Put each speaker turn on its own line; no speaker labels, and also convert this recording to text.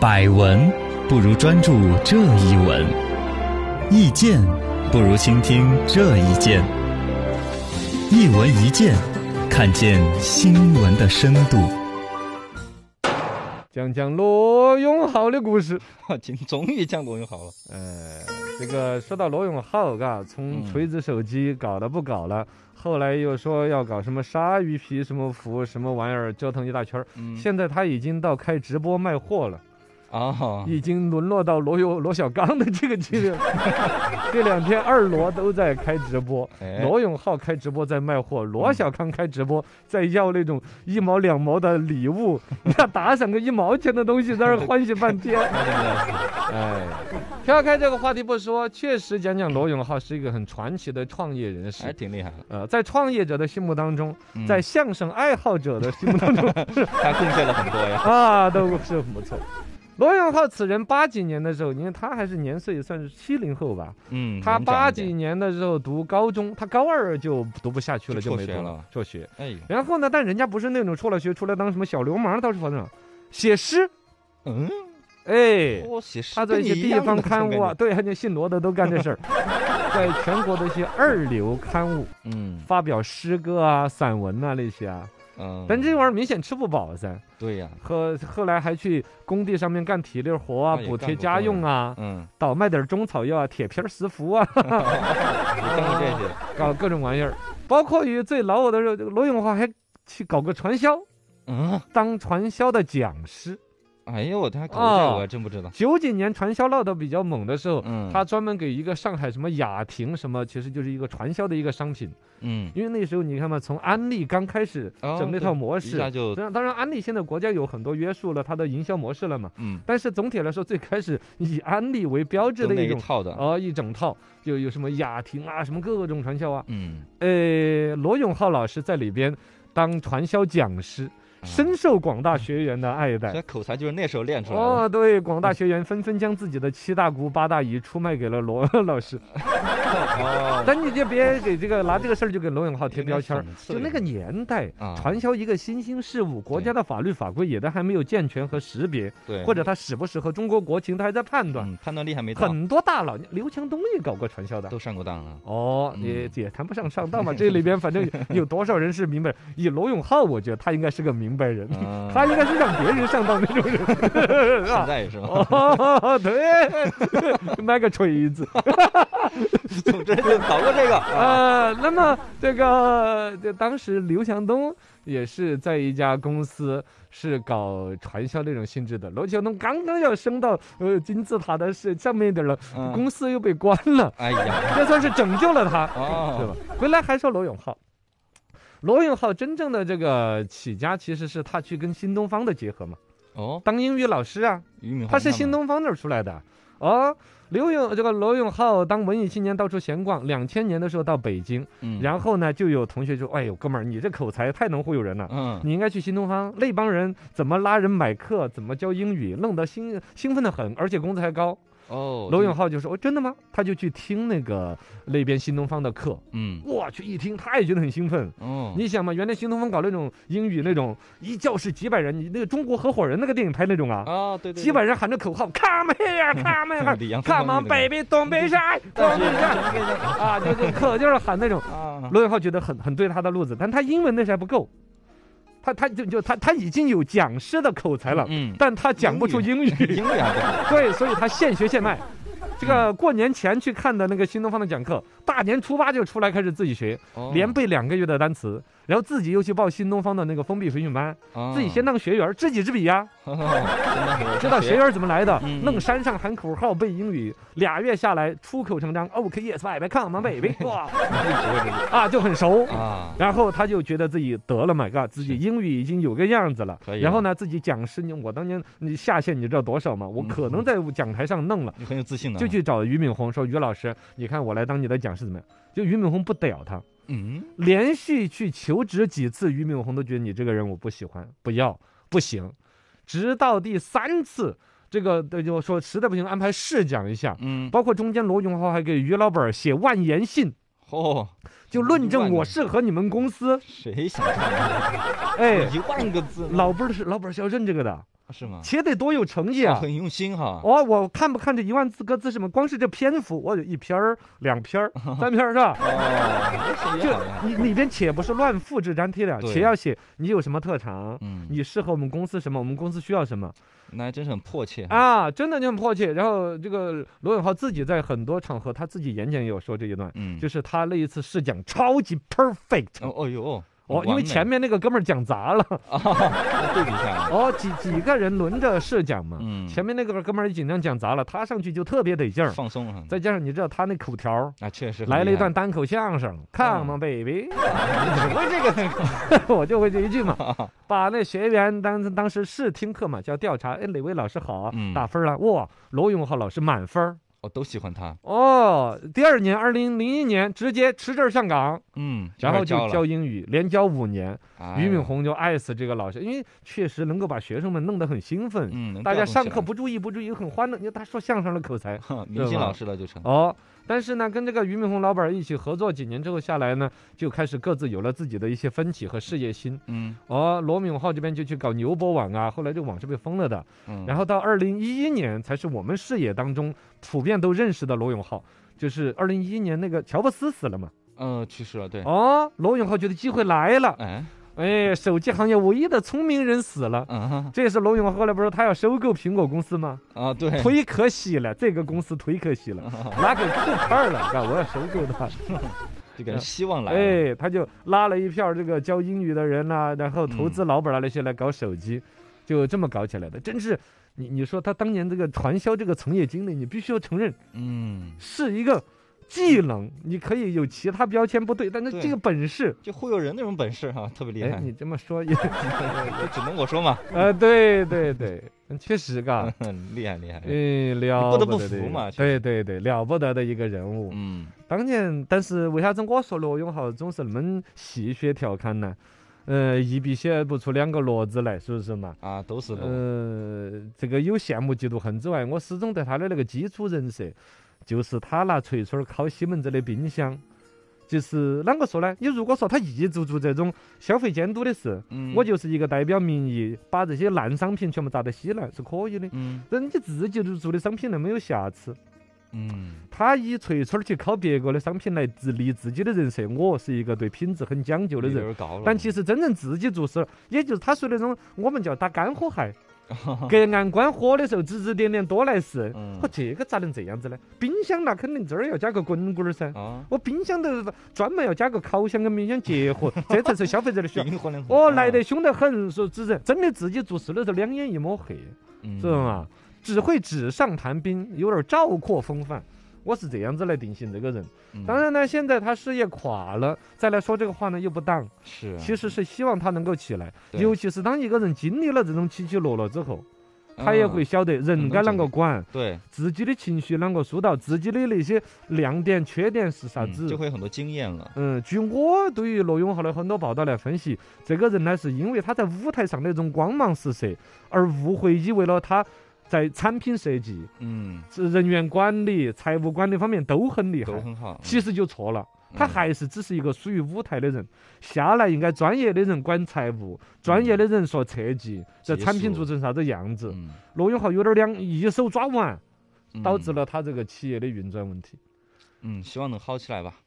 百闻不如专注这一闻，意见不如倾听这一见。一闻一见，看见新闻的深度。
讲讲罗永浩的故 事。
今终于讲罗永浩了，
呃，这个说到罗永浩，嘎，从
嗯
锤子手机搞了不搞了，后来又说要搞什么鲨鱼皮什么服什么玩意儿，折腾一大圈儿。
嗯
现在他已经到开直播卖货了，
啊，
已经沦落到罗永罗小刚的这个级 别了。这两天二罗都在开直播，
哎嗯
罗永浩开直播在卖货，罗小康开直播在要那种一毛两毛的礼 物，那打赏个一毛钱的东西，在那儿欢喜半天。哎，跳开这个话题不说，确实讲讲罗永浩是一个很传奇的创业人
还
士。
挺厉害的，
呃，在创业者的心目当中，
嗯
在相声爱好者的心目当中
他贡献了很多呀。
啊，都是不错。罗永浩此人八几年的时候，因为他还是年岁算是七零后吧，
嗯，
他
能长
八
一点
几，年的时候读高中，他高二就读不下去了，
就
就
辍
没
学
读
了，
辍学。
哎呦，
然后呢，但人家不是那种辍了学出来当什么小流氓，倒是不那种，写诗，
嗯，
哎，
我写诗
他在
跟
一
你
些
一
地
样
方
的
刊物，啊，，对，还有姓罗的都干这事 儿，在全国的一些二流刊物
这种感觉嗯
发表诗歌啊、散文啊那些啊，
嗯，
但这玩意儿明显吃不饱啊噻。
对呀，
后后来还去工地上面干体力活啊，
那也
补
干
贴
不
家
过
用啊，
嗯，
倒卖点中草药啊、铁皮儿食服 啊，
你干过这些，
搞各种玩意儿，包括于最老我的时候，罗永浩还去搞个传销，
嗯，
当传销的讲师。
哎呦，他搞
哦
这个我还真不知道，
九几年传销闹得比较猛的时候，
嗯，
他专门给一个上海什么雅婷什么，其实就是一个传销的一个商品。
嗯，
因为那时候你看嘛，从安利刚开始
哦
整那套模
一
式，
下就
当然当然安利现在国家有很多约束了它的营销模式了嘛。
嗯，
但是总体来说，最开始以安利为标志
就
的
那
一
一
种，
套的，
哦，一整套，就有什么雅婷啊，什么各种传销啊，
嗯，
呃，罗永浩老师在里边当传销讲师，
啊
深，受广大学员的爱戴。
这口才就是那嗯时候练出来的，
哦，对，广大学员纷纷将自己的七大姑八大姨出卖给了罗 老师。
哦，
但你就别给这个拿这个事儿就给罗永浩贴标签儿
有点。讽刺
就那个年代，
啊
传销一个新兴事物，国
对
家的法律法规也都还没有健全和识别，
对，
哦或者它适不适合中国国情，它还在判断。
嗯，判断力还没到，
很多大佬，刘强东也搞过传销的。
都上过当了，
哦，也
嗯
也谈不上上当吧。这里边反正 有有多少人是明白人？以罗永浩，我觉得他应该是个明白人，
嗯
他应该是让别人上当那种人，是
现
吧？
在也是吗？
哦，对，卖个锤子
总之 就搞过这 个啊，
啊。那么这个，这当时刘强东也是在一家公司是搞传销那种性质的。罗强东刚刚要升到呃金字塔的是上面一点了，
嗯
公司又被关了，
哎呀，
这算是拯救了他。
哦，
对吧？回来还说罗永浩，罗永浩真正的这个起家其实是他去跟新东方的结合嘛，
哦，
当英语老师啊，
俞敏洪
他是
们
新东方那儿出来的。哦，刘永这个罗永浩当文艺青年到处闲逛，两千年的时候到北京，
嗯
然后呢就有同学说：“哎呦，哥们儿，你这口才太能忽悠人了。”
嗯，
你应该去新东方，那帮人怎么拉人买课，怎么教英语，弄得兴兴奋的很，而且工资还高。
哦，
罗
这
永，浩就说：“哦，真的吗？”他就去听那个那边新东方的课，
嗯，
我去一听，他也觉得很兴奋。
哦，
你想嘛，原来新东方搞那种英语那种一教室几百人，你那个中国合伙人那个电影拍那种啊，
啊，对对，
几百人喊着口号，Come here，Come
对
here，Come
李阳疯狂
on
运动员
baby，东北山，东
但是
北山
准备的
啊，就就可劲儿喊那种。
啊，
罗永浩觉得很很对他的路子，但他英文那时候还不够，他他就就他他已经有讲师的口才了，
嗯，
但他讲不出英语，
英语啊，
对，所以他现学现卖。这个过年前去看的那个新东方的讲课，大年初八就出来开始自己学，
对哦
连背两个月的单词，然后自己又去报新东方的那个封闭培训班，
啊
自己先当学员，知己知彼呀，
哦真的是
知道学员怎么来的
嗯，嗯
弄山上喊口号背英语，俩月下来出口成章，OK yes baby，come on baby，哇啊就很熟。
啊，
然后他就觉得自己得了嘛，嘎，自己英语已经有个样子了
可。以啊了
然后呢，自己讲师，你我当年你下线你知道多少吗？我
嗯
可能在讲台上弄了，
你很有自信的，
就去找俞敏洪说：“俞老师，你看我来当你的讲师怎么样？”就俞敏洪不屌他，
嗯，
连续去求职几次，俞敏洪都觉得你这个人我不喜欢，不要，不行。直到第三次，这个呃就说实在不行安排试讲一下，
嗯，
包括中间罗永浩还给俞老板写万言信，
哦，
就论
一万
证
个
我适合你们公司。
谁想看
哎， 嗯
一万个字呢？
老辈儿是老板是要认这个的，
是吗？
写得多有啊诚意啊！
很用心哈。
哦，我看不看这一万字歌词什么？光是这篇幅，我有一篇儿、两篇儿、三篇儿是 吧？
哦，这也
就
好呀。
你里边且不是乱复制粘贴的，
对
且要写你有什么特长，
嗯，
你适合我们公司什么，我们公司需要什么
那还真是很迫切哈。
啊，真的就很迫切。然后这个罗永浩自己在很多场合他自己演讲也有说这一段，
嗯，
就是他那一次试讲超级 perfect
哦哦呦，
哦，因为前面那个哥们儿讲砸了
面对比一下，
哦，几几个人轮着试讲嘛，
嗯，
前面那个哥们儿一紧张讲砸了，他上去就特别得劲儿，
放松哈。
再加上你知道他那口条儿。
啊，确实很
来了一
厉害嗯
段，单口相声，Come on baby，
只会这个
我就会这一句 嘛，把那学员当当时试听课嘛，叫调查，哎，哪位老师好啊
嗯，
打分了，哇，罗永浩老师满分儿
我都喜欢他。
哦，第二年，二零零一年直接持证上岗，
嗯，
然后就
交
教英语，连教五年，俞敏
敏，
洪就爱死这个老师，因为确实能够把学生们弄得很兴奋，
嗯，能
大家
调动
上
起来
课 不注意不注意，很欢乐，因为他说相声的口才，
哼明
是
星
吧
老师了就成。
哦，但是呢，跟这个俞敏洪老板一起合作几年之后下来呢，就开始各自有了自己的一些分歧和事业心。
嗯
哦，罗永浩这边就去搞牛博网啊，后来这个网是被封了的。
嗯，
然后到二零一一年，才是我们视野当中普遍都认识的罗永浩。就是二零一一年那个乔布斯死了嘛？
呃，去世了，对。
哦，罗永浩觉得机会来了，
哎，
哎，手机行业唯一的聪明人死了。
嗯哈
这也是罗永浩后来不是他要收购苹果公司吗？
啊，对，
忒可惜了，这个公司忒可惜 了，拿给裤衩儿了，是吧我要收购它。
这个希望来了。
啊哎，他就拉了一票这个教英语的人呐、然后投
嗯
资老板啊那些来搞手机，就这么搞起来的。真是，你你说他当年这个传销这个从业经历，你必须要承认
嗯，
是一个技能，你可以有其他标签不对，但是
对
这个本事。
就忽悠人那种本事哈， 特别厉
哎，
害。
你这么说 也，
就只能我说嘛，
呃，对对对，嗯确实嘎，
厉害厉害。
嗯，了
哎不得
不
不
的
服嘛确
对对对，了不得的一个人物。
嗯，
当年，但是为啥子我说罗永浩总是那么戏谑调侃呢？呃，一笔写不出两个骡子来，是不是嘛？
啊，都是路。
呃，这个有羡慕嫉妒恨之外，我始终对他的那个基础人设，就是他拿锤锤儿敲西门子的冰箱。就是啷个说呢？你如果说他一直做这种消费监督的事，
嗯，
我就是一个代表民意，把这些烂商品全部砸得稀烂是可以的。
嗯
但你自己做的商品那么有瑕疵，
嗯
他以锤锤儿去拷别个的商品来自立自己的人设，我是一个对品质很讲究的
有
人。
点高了。
但其实真正自己做事儿，也就是他说的那种，我们叫打干火 孩，隔岸观火的时候指指点点多来事。
嗯
我这个咋能这样子呢？冰箱那肯定这儿要加个滚滚儿噻，
啊，
我冰箱都专门要加个烤箱跟冰箱结 合，这才是消费者的需要。
灵魂的啊
哦，来得，凶得很，说指人真的自己做事的时候两眼一抹黑。
嗯
知道？吗？啊只会纸上谈兵，有点赵括风范。我是这样子来定性这个人。
嗯
当然呢，现在他事业垮了，再来说这个话呢又不当，
是啊，
其实是希望他能够起来。
对
尤其是当一个人经历了这种起起落落之后，他也
嗯
会晓得人该啷个管，
对
自己的情绪啷个疏导，自己的那些亮点、缺点是啥
嗯就
子。
会有很多经验了。
嗯，据我对于罗永浩的很多报道来分析，这个人呢是因为他在舞台上那种光芒四射，而误会以为了他在产品设计、
嗯，
这人员管理、财务管理方面都很厉害
都，很好。
其实就错了。他
嗯
还是只是一个属于舞台的人，下来应该专业的人管财务，
嗯
专业的人说设计，这
结
产品
束
做成啥子样子。
嗯
罗永浩有点两一手抓完，
嗯
导致了他这个企业的运转问题。
嗯嗯，希望能好起来吧。